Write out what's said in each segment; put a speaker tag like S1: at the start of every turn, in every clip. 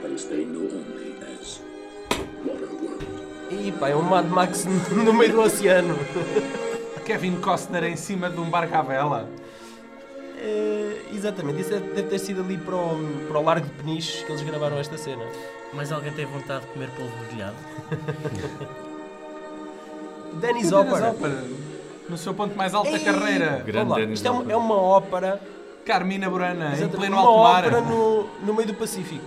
S1: place they know only as Waterworld.
S2: Ih, pá, é um Mad Max no meio do oceano.
S3: Kevin Costner em cima de um barco à vela.
S2: Eh, exatamente, isso deve deve ter sido ali para o, para o Largo de Peniche que eles gravaram esta cena.
S4: Mas alguém tem vontade de comer polvo grelhado?
S2: Dennis Opera.
S3: Ópera. Ópera. No seu ponto mais alto
S2: Ei!
S3: da carreira.
S2: Vamos lá,
S5: Dennis
S2: Isto é, um-
S5: Hopper.
S2: é uma ópera,
S3: Carmina Burana, em
S2: exatamente,
S3: pleno
S2: uma
S3: alto mar.
S2: ópera no, no meio do Pacífico.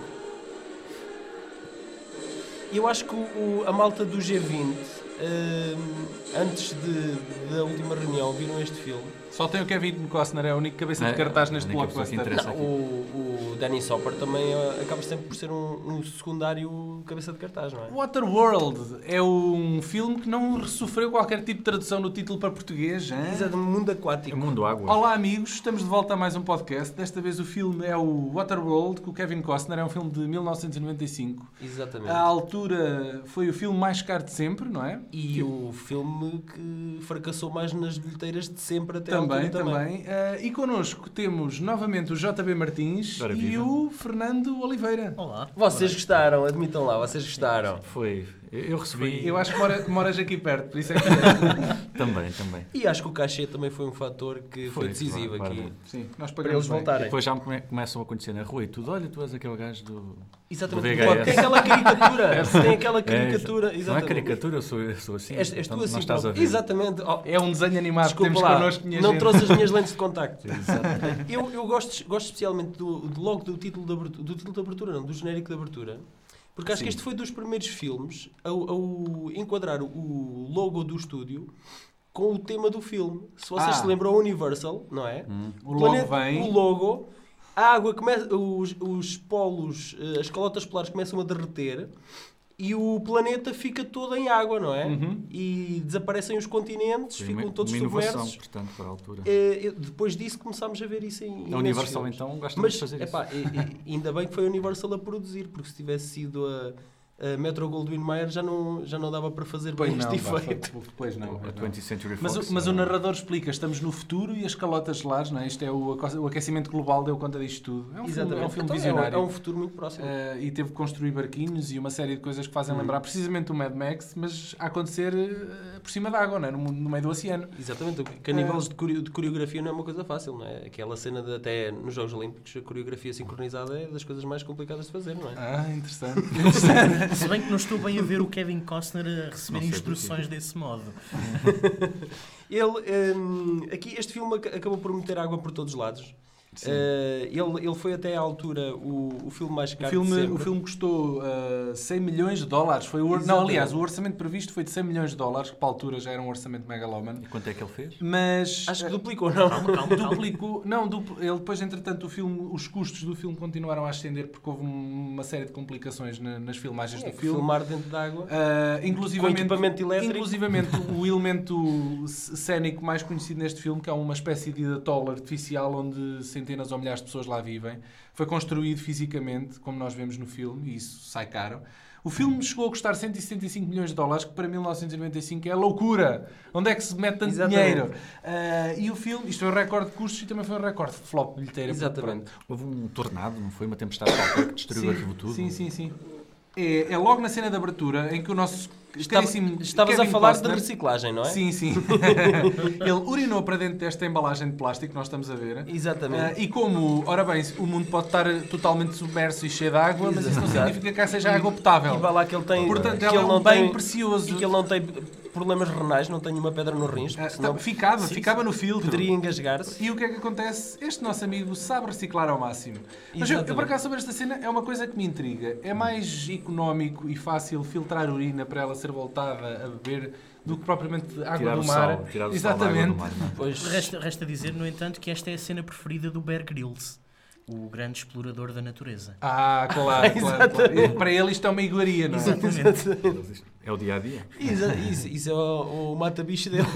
S2: Eu acho que o- o- a malta do G20, hum, antes de- da última reunião, viram este filme.
S3: Só tem o Kevin Costner, é a única cabeça
S5: É,
S3: de cartaz
S5: a
S3: neste
S5: única pessoa que
S3: blockbuster.
S5: interessa.
S2: Não,
S5: aqui.
S2: o, o Dennis Hopper também ah, acaba sempre por ser um, um secundário cabeça de cartaz, não é?
S3: Waterworld é um filme que não sofreu qualquer tipo de tradução no título para português. hã?
S2: Exato, mundo
S5: É
S2: aquático.
S5: Mundo Água.
S3: Olá amigos, estamos de volta a mais um podcast. Desta vez o filme é o Waterworld, com o Kevin Costner. É um filme de 1995.
S2: Exatamente.
S3: A altura foi o filme mais caro de sempre, não é?
S2: E o filme que fracassou mais nas bilheteiras de sempre até à
S3: Também,
S2: altura também.
S3: também. Ah, e connosco temos novamente o JB Martins
S5: Ora,
S3: e
S5: viva.
S3: o Fernando Oliveira.
S4: Olá.
S2: Vocês gostaram, admitam lá, vocês gostaram.
S5: Foi. Eu eu recebi.
S3: Eu acho que mora- moras aqui perto, por isso é que.
S5: Também, também.
S2: E acho que o cachê também foi um fator que foi,
S5: Foi,
S2: decisivo
S5: claro,
S2: aqui.
S5: claro.
S3: Sim, nós pagamos.
S2: Para eles
S3: bem.
S2: voltarem.
S5: Depois já me come- começam a acontecer na rua e tudo. Olha, tu és aquele gajo do.
S2: Exatamente.
S5: Do VHS.
S2: Tem aquela caricatura. tem aquela
S5: É,
S2: caricatura.
S5: não é
S2: exatamente.
S5: caricatura, eu sou, eu sou assim.
S2: És, és tu
S5: não,
S2: assim.
S5: não estás a
S2: pronto.
S5: ver.
S2: Exatamente. Oh,
S3: É um desenho animado que
S2: Desculpa
S3: temos
S2: lá,
S3: connosco, minha
S2: não
S3: gente.
S2: trouxe as minhas lentes de contacto.
S5: Exato.
S2: Eu, eu gosto, gosto especialmente do, do- logo do título de abertura, do título de abertura, não, do genérico de abertura, porque acho que
S5: Sim.
S2: este foi dos primeiros filmes a, a enquadrar o logo do estúdio com o tema do filme. Se vocês
S3: Ah. Hum.
S2: se lembram, a Universal, não é?
S3: O logo
S2: O
S3: vem.
S2: logo, a água começa, os, os polos, eh, as calotas polares começam a derreter e o planeta fica todo em água, não é?
S3: Uhum.
S2: E desaparecem os continentes,
S5: Foi
S2: ficam
S5: uma-
S2: todos
S5: uma inovação,
S2: submersos.
S5: portanto, para a altura.
S2: Eh, eu- depois disso começámos a ver isso em
S5: a
S2: imensos
S5: Universal,
S2: filmes.
S5: então, gosta muito
S2: Mas,
S5: de fazer
S2: epá, e- e- ainda bem que foi a Universal a produzir, porque se tivesse sido a, a Metro Goldwyn Mayer já não, já não dava para fazer
S3: Pois
S2: bem
S3: não,
S2: este
S3: pá,
S2: efeito.
S3: pois não.
S5: isso. A
S3: pois não.
S5: 20th Century Fox. é.
S3: Mas, o- mas o
S5: não.
S3: narrador explica, estamos no futuro e as calotas solares, não é? Isto é o, aco- o aquecimento global, deu conta disto tudo. É um filme, é um filme
S2: Então,
S3: visionário.
S2: É um, futuro muito próximo.
S3: Eh, e teve que construir barquinhos e uma série de coisas que
S2: Hum.
S3: fazem lembrar precisamente o Mad Max, mas a acontecer eh, por cima da água, não é? no, mu- no meio do oceano.
S2: Exatamente, que a
S3: É.
S2: nível de, coreo- de coreografia não é uma coisa fácil, não é? Aquela cena de até nos Jogos Olímpicos, a coreografia sincronizada é das coisas mais complicadas de fazer, não é?
S3: Ah, interessante.
S4: Se bem que não estou bem a ver o Kevin Costner a
S5: Não
S4: receber
S5: sei
S4: instruções desse modo.
S2: Ele, hum, aqui, este filme ac- acabou por meter água por todos os lados. Eh, ele, ele foi até à altura o, o filme mais
S3: o,
S2: caro de
S3: filme,
S2: sempre.
S3: o filme custou eh, 100 milhões de dólares. Foi o or- não,
S2: Exatamente.
S3: aliás, o orçamento previsto foi de 100 milhões de dólares, que para a altura já era um orçamento megalómano.
S5: E quanto é que ele fez?
S3: Mas
S2: Acho que
S3: eh,
S2: duplicou, não?
S4: Calma, calma, calma.
S3: duplicou. Não, dupl- ele depois, entretanto, o filme, os custos do filme continuaram a ascender porque houve um- uma série de complicações na- nas filmagens
S2: É,
S3: do
S2: que
S3: filme.
S2: Filmar dentro d'água.
S3: Ah,
S2: Com
S3: inclusivamente,
S2: equipamento elétrico.
S3: inclusivamente o elemento c- cénico mais conhecido neste filme, que é uma espécie de atol artificial onde centenas ou milhares de pessoas lá vivem, foi construído fisicamente, como nós vemos no filme, e isso sai caro. O filme chegou a custar 175 milhões de dólares, que para 1995 é loucura. Onde é que se mete tanto
S2: Exatamente.
S3: dinheiro? Ah, e o filme, isto foi um recorde de custos e também foi um recorde de flop bilheteira.
S2: Exatamente.
S5: Houve um tornado, não foi? Uma tempestade qualquer que destruiu aquilo tudo.
S3: Sim, sim, sim. É, é logo na cena de abertura em que o nosso
S2: Estava-
S3: caríssimo
S2: estavas a
S3: Kevin
S2: falar de
S3: Costner-
S2: reciclagem, não é?
S3: Sim, sim. Ele urinou para dentro desta embalagem de plástico que nós estamos a ver.
S2: Exatamente.
S3: Ah, e como, ora bem, o mundo pode estar totalmente submerso e cheio de água, mas isso não
S2: Exato.
S3: significa que cá seja água
S2: e vá
S3: potável.
S2: lá que ele tem.
S3: Ah, Portanto,
S2: que
S3: ela
S2: ele
S3: é um
S2: não
S3: bem
S2: tem,
S3: precioso.
S2: E que ele não tem problemas renais, não tem nenhuma pedra no rins,
S3: Ah,
S2: porque
S3: está-
S2: senão
S3: ficava,
S2: Sim,
S3: ficava no filtro.
S2: poderia engasgar-se.
S3: E o que é que acontece? Este nosso amigo sabe reciclar ao máximo. Mas eu, eu, por
S2: Exatamente.
S3: acaso, sobre esta cena, é uma coisa que me intriga. É mais económico e fácil filtrar urina para ela ser voltada a beber do que propriamente água
S5: Tirar
S3: do
S5: o
S3: mar.
S5: sal, tirar o sal da
S3: Exatamente.
S5: água do mar. não é?
S2: Pois,
S4: Resta, resta dizer, no entanto, que esta é a cena preferida do Bear Grylls, o grande explorador da natureza.
S3: Ah, claro, claro, claro. E Para ele isto é uma iguaria, não é?
S4: Exatamente.
S5: É o dia a dia.
S2: Exa- isso, isso é o, o mata-bicho dele.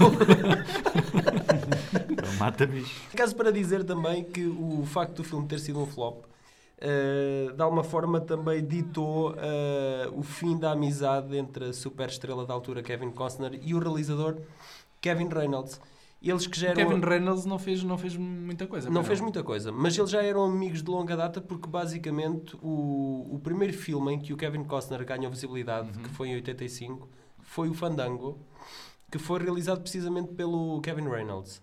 S5: É Mata-bicho.
S2: Caso para dizer também que o facto do filme ter sido um flop, eh, de alguma forma também ditou eh, o fim da amizade entre a superestrela da altura Kevin Costner e o realizador Kevin Reynolds, Eles que já
S3: O
S2: eram.
S3: Kevin Reynolds não fez, não fez muita coisa.
S2: Não
S3: pois
S2: fez muita coisa, mas eles já eram amigos de longa data porque basicamente o, o primeiro filme em que o Kevin Costner ganhou visibilidade,
S3: Uhum.
S2: que foi em 85, foi o Fandango, que foi realizado precisamente pelo Kevin Reynolds.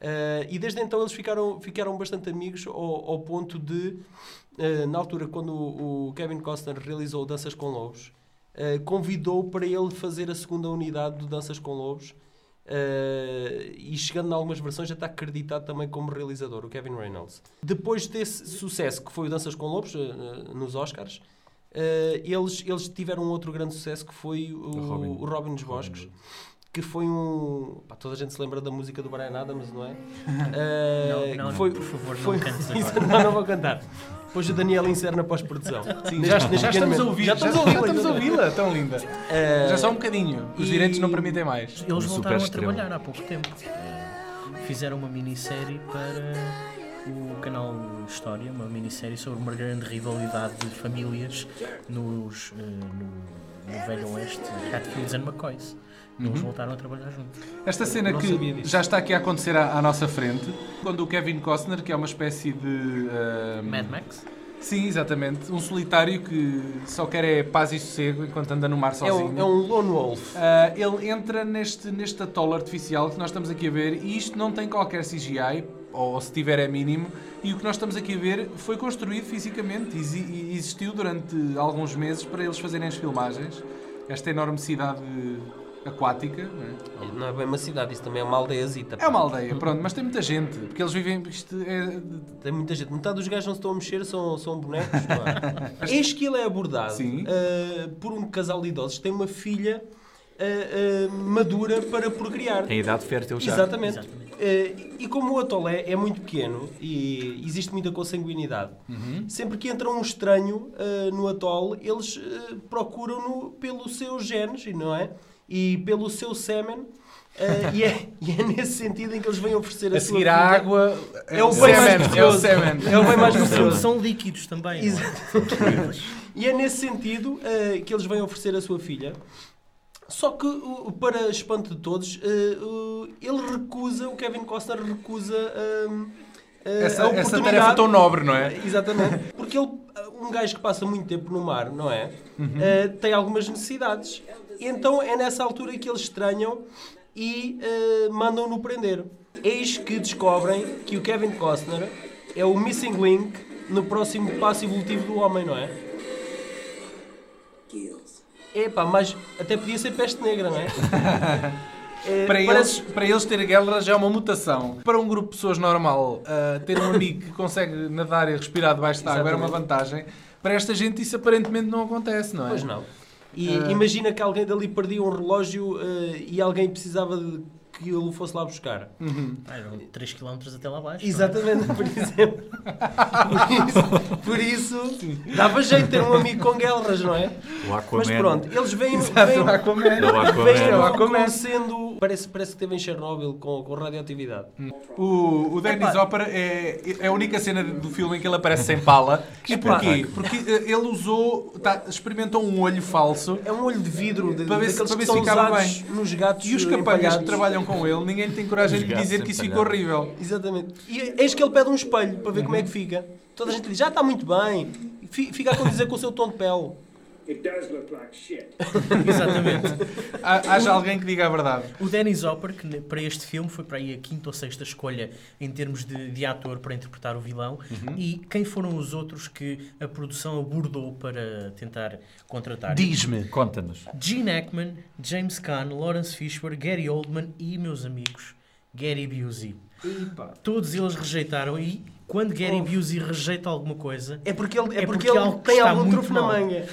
S2: Ah, e desde então eles ficaram, ficaram bastante amigos ao, ao ponto de, ah, na altura, quando o, o Kevin Costner realizou Danças com Lobos, ah, convidou para ele fazer a segunda unidade do Danças com Lobos, Uh, e chegando a algumas versões já está acreditado também como realizador, o Kevin Reynolds. Depois desse sucesso que foi o Danças com Lobos, uh, uh, nos Oscars, uh, eles, eles tiveram um outro grande sucesso que foi o,
S5: O Robin.
S2: o Robin dos Bosques, que foi um... pá, toda a gente se lembra da música do Brian Adams, não é?
S4: Não,
S2: Uh,
S4: não, não,
S2: foi-
S4: por favor,
S2: foi-
S4: não cantes agora.
S2: não, não vou cantar. Depois o Daniel insere na pós-produção.
S3: Sim,
S2: Neste-
S3: já,
S2: neste pequeno
S3: já estamos a
S2: momento.
S3: ouvir.
S2: Já estamos a ouvi-la,
S3: estamos a
S2: exatamente.
S3: ouvi-la, tão linda.
S5: Eh,
S2: Uh,
S3: Já só um bocadinho. Os
S2: e-
S3: direitos não permitem mais.
S4: Eles
S5: Um
S4: voltaram a
S5: super
S4: trabalhar há pouco tempo. Eh, Fizeram uma minissérie para o canal História, uma minissérie sobre uma grande rivalidade de famílias nos, eh, no, no Velho Oeste, Hatfields and McCoys. E
S5: Uhum.
S4: Eles voltaram a trabalhar juntos.
S3: Esta cena
S2: Não sabia
S3: que
S2: disso.
S3: já está aqui a acontecer à, à nossa frente, quando o Kevin Costner, que é uma espécie de. ah,
S4: Mad Max?
S3: Sim, exatamente. Um solitário que só quer é paz e sossego enquanto anda no mar
S2: é,
S3: sozinho.
S2: um, é um lone wolf.
S3: Ah, ele entra neste, neste atol artificial que nós estamos aqui a ver e isto não tem qualquer CGI, ou se tiver é mínimo, e o que nós estamos aqui a ver foi construído fisicamente exi- e existiu durante alguns meses para eles fazerem as filmagens. Esta enorme cidade aquática. não é?
S2: Não é bem uma cidade, isso também é uma aldeiazita.
S3: É uma aldeia, pronto, mas tem muita gente, porque eles vivem. Isto é.
S2: Tem muita gente. Metade dos gajos não se estão a mexer, são, são bonecos. não é? Eis que ele é abordado
S3: Sim.
S2: ah, por um casal de idosos que tem uma filha ah, ah, madura para procriar.
S5: Em idade fértil já.
S2: Exatamente.
S4: Exatamente.
S2: Ah, e como o atolé é muito pequeno e existe muita consanguinidade,
S3: Uhum.
S2: sempre que entra um estranho ah, no atol, eles ah, procuram-no pelos seus genes, e não é? E pelo seu sêmen. Ah, e, é, e é nesse sentido em que eles vêm oferecer a,
S3: A
S2: sua
S3: seguir à
S2: vida.
S3: água.
S2: É o bem mais
S3: semen, é o
S2: gostoso.
S3: semen.
S2: É o bem mais gostoso.
S4: São líquidos também. não é?
S2: E é nesse sentido eh, que eles vêm oferecer a sua filha. Só que, o- para espanto de todos, eh, o- ele recusa, o Kevin Costner recusa hum, eh,
S3: Essa,
S2: a
S3: essa
S2: oportunidade. Eh,
S3: tarefa tão nobre, não é?
S2: Exatamente. Porque ele, um gajo que passa muito tempo no mar, não é?
S3: Uhum.
S2: Eh, tem algumas necessidades. Então é nessa altura que eles estranham e eh, mandam-no prender. Eis que descobrem que o Kevin Costner é o missing link no próximo passo evolutivo do homem, não é?
S1: Deals.
S2: Epá, mas até podia ser peste negra, não é? É,
S3: Para
S2: parece-
S3: eles, para eles ter guerra já é uma mutação. Para um grupo de pessoas normal, ah, ter um amigo que consegue nadar e respirar debaixo da água era uma vantagem. Para esta gente, isso aparentemente não acontece, não é?
S2: Pois não. E
S3: Ah.
S2: imagina que alguém dali perdia um relógio eh, e alguém precisava de que ele fosse lá buscar.
S4: Ah, eram 3 km até lá abaixo. não é?
S2: Exatamente, por exemplo. Por isso, por isso dava jeito ter um amigo com guelras, não é?
S5: O Aquaman.
S2: Mas pronto, eles vêm.
S3: Exato, o
S2: vêm
S3: Aquaman.
S5: É
S2: Vejam
S5: o Aquaman.
S3: Não,
S2: como
S3: Aquaman.
S2: sendo. Parece, parece que teve em Chernobyl com, com radioatividade.
S3: Hum. O, o Dennis
S4: Epá.
S3: Hopper é, é a única cena do filme em que ele aparece sem pala. E porquê? Porque ah, ele usou, tá, experimentou um olho falso
S2: É um olho de vidro de,
S3: Para ver se-
S2: daqueles
S3: para ver
S2: que
S3: se
S2: são
S3: ficava
S2: usados
S3: bem.
S2: nos gatos
S3: e os capalhas que
S2: empalhados.
S3: trabalham com ele, ninguém lhe tem coragem
S5: Os
S3: de
S5: gatos
S3: dizer que isso ficou
S5: empalhados.
S3: horrível.
S2: Exatamente. E eis que ele pede um espelho para ver como é que fica. Toda a gente diz, já está muito bem. Fi- Fica a condizer com o seu tom de pele.
S1: It does look like shit.
S4: Exatamente.
S3: Há- Haja alguém que diga a verdade.
S4: O Dennis Hopper, que ne- para este filme foi para aí a quinta ou sexta escolha em termos de, de ator para interpretar o vilão, e quem foram os outros que a produção abordou para tentar contratar?
S3: Diz-me.
S5: Conta-nos.
S4: Gene Hackman, James Caan, Lawrence Fishburne, Gary Oldman e, meus amigos, Gary Busey. Todos eles rejeitaram e quando Gary Busey rejeita alguma coisa,
S2: É porque ele, é
S4: É
S2: porque
S4: porque
S2: ele
S4: algo
S2: tem
S4: está
S2: algum
S4: muito
S2: trufo na
S4: mal.
S2: manga. ele,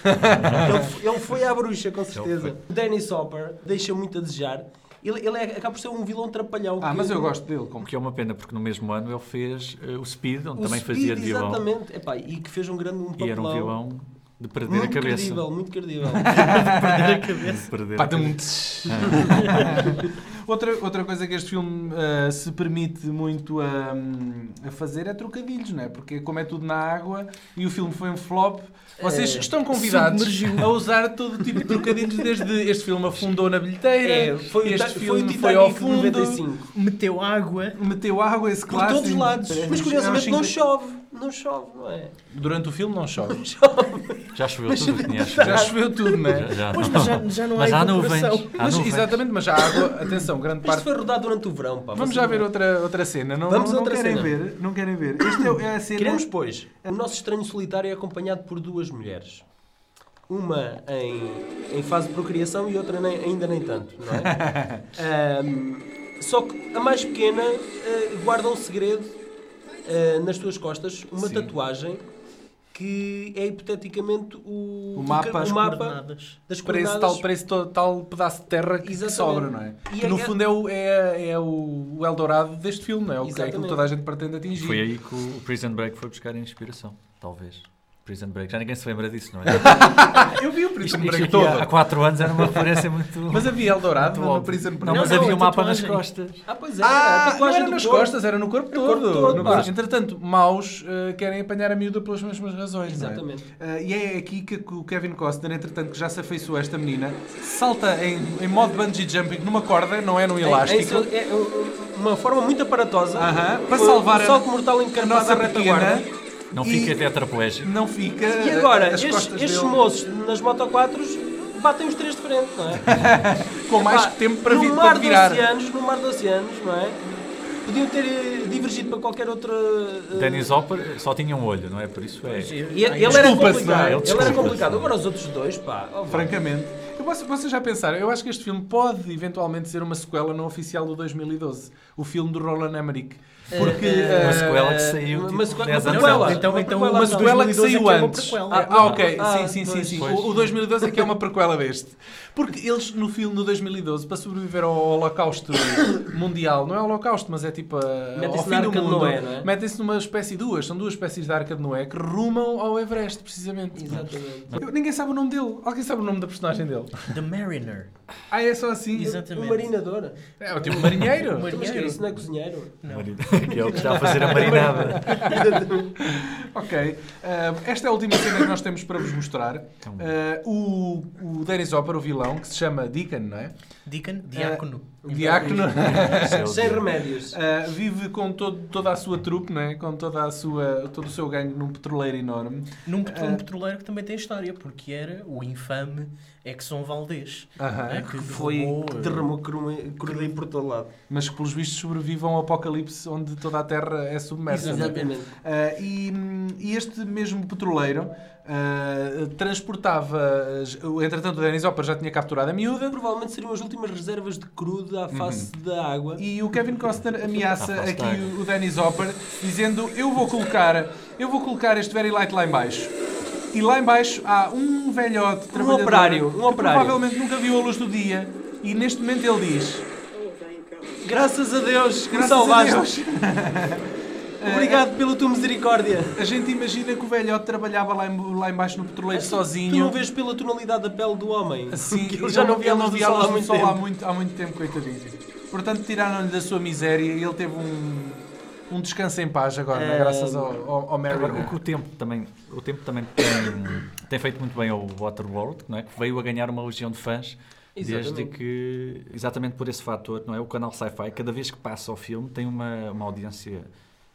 S2: f- ele foi à bruxa, com certeza.
S5: Ele
S2: O Dennis Hopper deixa muito a desejar. Ele, ele é, acaba por ser um vilão trapalhão.
S3: Ah,
S2: que-
S3: mas eu gosto dele. Como...
S5: O que é uma pena, porque no mesmo ano ele fez eh, o Speed, onde
S2: o
S5: também
S2: Speed,
S5: fazia de vilão.
S2: Exatamente. Epá, e que fez um grande um papelão.
S5: E era um vilão de perder
S2: Muito
S5: a cabeça.
S2: credível, muito credível.
S4: perder a cabeça.
S5: De perder a
S3: Pá,
S5: cabeça.
S3: dum- Outra, outra coisa que este filme ah, se permite muito a, a fazer é trocadilhos, não é? Porque como é tudo na água e o filme foi um flop, vocês
S4: É,
S3: estão convidados
S4: submergiu.
S3: a usar todo tipo de trocadilhos desde este filme afundou na bilheteira,
S2: É, foi,
S3: este
S2: o, Ta- foi o
S3: filme
S2: Titanic
S3: foi ao fundo,
S2: de 95.
S4: Meteu água.
S3: meteu água esse
S2: Por
S3: clássico.
S2: todos os lados.
S3: É,
S2: Mas curiosamente
S3: é um
S2: não
S3: cinco-
S2: chove. Não chove, não é?
S3: Durante o filme não chove.
S5: Já choveu tudo o que tinha a chover.
S3: Já choveu tudo, não é?
S5: Já- já
S4: Pois,
S5: não.
S4: mas já, já não
S5: Mas
S4: há
S5: há nuvens.
S4: evaporação.
S5: Há
S3: Mas,
S5: nuvens.
S3: exatamente, mas já a água, atenção, grande
S2: Isto
S3: parte
S2: foi rodado durante o verão, pá.
S3: Vamos
S2: Vocês
S3: já
S2: não-
S3: ver outra, outra cena. Não,
S2: Vamos a
S3: não
S2: outra
S3: querem
S2: cena.
S3: ver? Não querem ver? Isto é, é a cena.
S2: Queremos, pois, o nosso estranho solitário é acompanhado por duas mulheres. Uma em, em fase de procriação e outra nem- ainda nem tanto, não é? Ahm, só que a mais pequena ah, guarda um segredo ah, nas suas costas, uma
S3: Sim.
S2: tatuagem que é hipoteticamente o,
S3: O mapa, as
S2: o mapa
S4: Coordenadas.
S2: das
S3: para esse,
S2: coordenadas.
S3: tal, para esse to- tal pedaço de terra que, que
S2: Exatamente.
S3: sobra, não é?
S2: E
S3: Que no
S2: é-
S3: fundo é o, é, é o o Eldorado deste filme, não é? O que é aquilo que toda a gente pretende atingir.
S5: Foi aí que o Prison Break foi buscar inspiração, talvez. Prison Break. Já ninguém se lembra disso, não é?
S3: Ah, Eu vi o Prison
S5: Isto,
S3: Break
S5: isto aqui há
S3: todo.
S5: 4 anos era uma referência muito.
S3: Mas havia Eldorado
S5: muito
S3: no
S5: óbvia.
S3: Prison Break.
S5: Não, mas
S4: Não, não,
S5: havia
S4: a
S5: um mapa nas
S4: tatuagem.
S5: costas.
S2: Ah, pois é, a
S3: Ah, não
S2: tatuagem
S3: era
S2: do
S3: nas
S2: corpo.
S3: costas, era no corpo
S2: No corpo
S3: todo.
S2: todo,
S3: No
S2: pá.
S3: corpo- Entretanto, maus eh, querem apanhar a miúda pelas mesmas razões, não é?
S2: Exatamente.
S3: Ah, e é aqui que o Kevin Costner, entretanto, que já se afeiçoou a esta menina, salta em, em modo bungee jumping numa corda, não é num
S2: É-
S3: elástico.
S2: É, é uma forma muito aparatosa
S3: Aham, para
S2: foi
S3: salvar
S2: um
S3: a-
S2: salto mortal
S3: a
S2: encarpado à
S3: nossa
S2: retaguarda.
S3: pequena
S5: Não
S3: E-
S5: fica tetraplégico.
S3: não fica. eh,
S2: E agora,
S3: as
S2: estes,
S3: costas
S2: estes
S3: dele
S2: moços nas Moto 4 batem os três de frente, não é?
S3: com mais
S2: Pá,
S3: tempo para,
S2: no
S3: vir,
S2: mar
S3: para virar.
S2: De oceanos, no mar de oceanos, não é? Podiam ter eh, divergido para qualquer outra. eh,
S5: Denis Hopper só tinha um olho, não é? Por isso
S2: e-
S5: é.
S2: ele,
S4: Ai,
S2: era
S3: Desculpa-se, não é?
S2: complicado.
S5: Ele
S2: Ele, era
S5: desculpa-se.
S2: complicado. Agora os outros dois, pá. ó,
S3: Francamente. Eu posso, vocês já pensaram, eu acho que este filme pode eventualmente ser uma sequela não oficial do 2012. O filme do Roland Emmerich. Porque.
S5: Uma
S3: eh,
S5: sequela que saiu
S2: uma
S5: tipo,
S2: sequela-
S5: 10
S2: uma
S5: anos
S2: prequela.
S5: antes.
S4: Então,
S2: Uma
S4: então,
S2: prequela,
S4: mas
S2: não.
S4: o
S3: Duela que
S4: 2012 é
S3: saiu
S4: que é uma
S3: antes.
S4: prequela.
S3: Ah, ah, ok.
S2: Ah,
S3: sim, sim, sim.
S2: pois.
S3: sim.
S5: Pois.
S3: O, o 2012 é que é uma prequela deste. Porque eles, no filme do 2012, para sobreviver ao Holocausto Mundial, não é Holocausto, mas é tipo a,
S2: Metem-se
S3: ao fim
S2: na
S3: do
S2: Arca de
S3: mundo,
S2: Noé, não é?
S3: metem-se numa espécie, duas, são duas espécies de Arca de Noé que rumam ao Everest, precisamente.
S2: Exatamente.
S3: Eu- ninguém sabe o nome dele. Alguém sabe o nome da personagem dele?
S4: The Mariner.
S3: Ah, é só assim.
S2: Um
S4: Exatamente.
S2: marinador.
S3: É o tipo marinheiro.
S4: Mar-
S2: Mas que isso não é cozinheiro?
S5: que é o que está a fazer a marinada.
S3: ok. Ah, esta é a última cena que nós temos para vos mostrar.
S5: Então,
S3: Ah, o, o Dennis Hopper, o vilão, que se chama Deacon, não é?
S4: Deacon? Diácono.
S3: O Diácono.
S5: esse é o
S2: Sem
S5: dia.
S2: remédios.
S3: Ah, vive com todo- toda a sua trupe, não é? com toda a sua, todo o seu gangue num petroleiro enorme.
S4: Num petro- um petroleiro que também tem história, porque era o infame Exxon Valdez.
S3: Aham.
S4: né, que
S2: Foi
S4: derrubou,
S2: que
S4: eh,
S2: derramou cru- crudo por todo lado.
S3: Mas que, pelos vistos, sobrevive a um apocalipse onde toda a terra é submersa. não é?
S2: Exatamente.
S3: Ah, e, hum, e este mesmo petroleiro ah, transportava. as- o- Entretanto, o Dennis Hopper já tinha capturado a miúda.
S2: Provavelmente seriam as últimas reservas de crudo à face da água.
S3: E o Kevin Costner ameaça
S5: Ah,
S3: aqui
S5: está.
S3: o, o Dennis Hopper dizendo: Eu vou colocar, eu vou colocar este very light lá em baixo. E lá em baixo há um velhote trabalhador
S2: operário, um
S3: que
S2: operário.
S3: provavelmente nunca viu a luz do dia. E neste momento ele diz:
S2: Graças a Deus que me
S3: Graças a Deus.
S2: salvaste. Obrigado pela tua misericórdia.
S3: A gente imagina que o velhote trabalhava lá em, lá em baixo no petroleiro
S2: Tu não
S3: É sozinho. Assim,
S2: vês pela tonalidade da pele do homem.
S3: Sim,
S2: que ele já não via a luz do sol há muito
S3: sol há
S2: tempo.
S3: muito, há muito tempo, coitadinho. Portanto, tiraram-lhe da sua miséria e ele teve um, um descanso em paz agora, né?
S2: É.
S3: graças ao, ao, ao Merlin.
S5: Agora, o que o tempo também, o tempo também tem, tem feito muito bem ao Waterworld, não é? que veio a ganhar uma legião de fãs desde
S2: Exatamente.
S5: que, exatamente por esse fator, não é? o canal Sci-Fi, cada vez que passa o filme, tem uma, uma audiência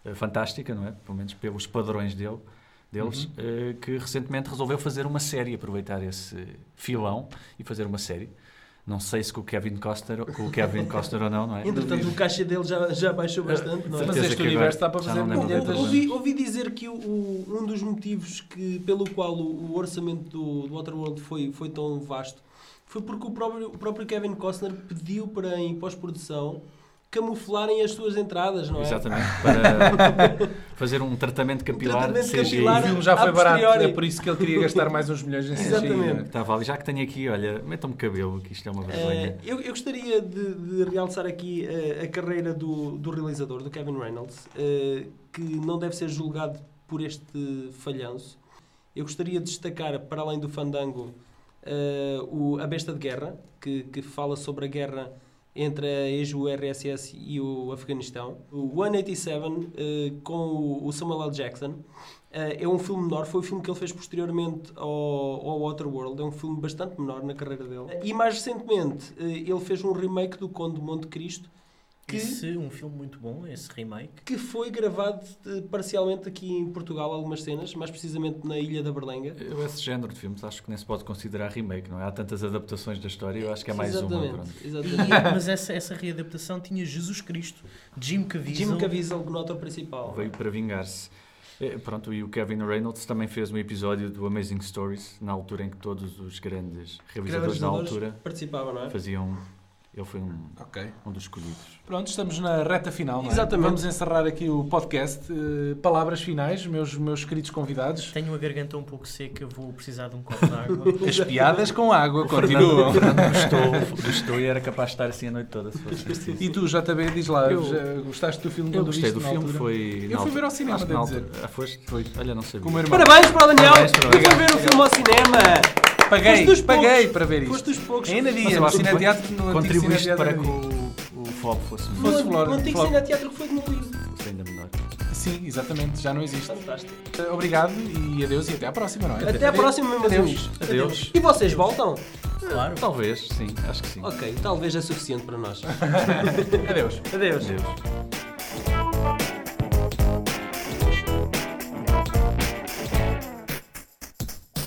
S5: eh, fantástica, não é? pelo menos pelos padrões dele,
S3: Uhum.
S5: deles, eh, que recentemente resolveu fazer uma série, aproveitar esse filão e fazer uma série. Não sei se com o Kevin Costner, com o Kevin Costner ou não, não é?
S2: Entretanto, o caixa dele já, já baixou bastante, não é?
S3: Mas
S5: Certeza
S3: este
S5: que agora
S3: universo dá para
S5: já
S3: fazer
S5: não é lembro
S3: muitas
S2: Ou-
S5: dele.
S3: coisas.
S2: Ouvi, ouvi dizer que o- o- um dos motivos que, pelo qual o, o orçamento do, do Waterworld foi, foi tão vasto foi porque o próprio, o próprio Kevin Costner pediu para, em pós-produção, camuflarem as suas entradas, não é?
S5: Exatamente, para fazer um tratamento capilar de
S2: tratamento
S5: CGI.
S3: O
S2: capilar.
S3: filme já foi
S2: A
S3: barato,
S2: posteriori.
S3: é por isso que ele queria gastar mais uns milhões em CGI. não é?
S2: Exatamente.
S5: Estava ali, Tá, já que tenho aqui, olha, metam-me cabelo, que isto é uma
S2: Eh,
S5: vergonha.
S2: eu, eu gostaria de, de realçar aqui eh, a carreira do, do realizador, do Kevin Reynolds, eh, que não deve ser julgado por este falhanço. Eu gostaria de destacar, para além do Fandango, eh, o A Besta de Guerra, que, que fala sobre a guerra entre a ex-URSS e o Afeganistão. O 187, eh, com o- o Samuel L. Jackson, eh, é um filme menor, foi o filme que ele fez posteriormente ao, ao Waterworld, é um filme bastante menor na carreira dele. E mais recentemente, eh, ele fez um remake do Conde de Monte Cristo, que,
S4: Esse, um filme muito bom, esse remake.
S2: que foi gravado eh, parcialmente aqui em Portugal, algumas cenas, mais precisamente na Ilha da Berlenga.
S5: Eu esse género de filmes acho que nem se pode considerar remake, não é? Há tantas adaptações da história, eu acho que é mais
S2: exatamente,
S5: uma. Pronto.
S4: E-
S2: Exatamente.
S4: mas essa, essa readaptação tinha Jesus Cristo, Jim Caviezel.
S2: Jim Caviezel, que nota o principal. é?
S5: Veio para vingar-se. Eh, Pronto, e o Kevin Reynolds também fez um episódio do Amazing Stories, na altura em que todos os grandes realizadores da altura
S2: participavam, não é?
S5: faziam. Ele foi um,
S3: Ok.
S5: um dos escolhidos.
S3: Pronto, estamos na reta final, não é?
S2: Exatamente.
S3: Vamos encerrar aqui o podcast. Eh, palavras finais, meus, meus queridos convidados.
S4: Tenho a garganta um pouco seca, vou precisar de um copo de água.
S3: As piadas com água
S5: Fernando,
S3: continuam.
S5: gostou, gostou e era capaz de estar assim a noite toda. Se fosse preciso.
S3: E tu, JB, diz lá,
S5: Eu-
S3: já gostaste do filme
S5: Eu
S3: quando
S5: gostei
S3: viste
S5: do
S3: na
S5: filme,
S3: altura?
S5: foi.
S3: Eu fui ver ao cinema,
S5: acho que
S3: devo
S5: na
S3: dizer.
S5: altura- Ah, foste?
S3: Foi.
S5: Olha, não sabia.
S3: Com o meu irmão.
S2: Parabéns para o Daniel!
S5: Parabéns, parabéns.
S2: Foi ver o filme ao cinema!
S3: Paguei,
S2: Foste dos
S3: paguei
S2: poucos.
S3: para ver isto.
S2: Foste dos poucos.
S3: Ainda
S2: que-
S3: dia,
S5: Mas eu
S3: no
S5: acho que
S3: Cine Teatro, no antigo
S5: Contribuíste
S3: Cine
S5: para
S3: Teatro
S5: que
S3: era
S5: o, o FOB fosse
S2: No
S5: melhor,
S3: Fosse Flor-
S2: antigo
S3: Flor-
S2: Cineteatro que foi demolido.
S5: fosse ainda menor.
S3: Sim, exatamente, já não existe.
S2: Fantástico.
S3: Eh, Obrigado e adeus e até à próxima, não é?
S2: Até à próxima, meus
S3: Adeus.
S2: amigos.
S5: Adeus.
S2: E vocês voltam?
S4: Claro.
S5: Talvez, sim, acho que sim.
S2: Ok, talvez é suficiente para nós.
S3: Adeus.
S2: Adeus.
S5: Adeus.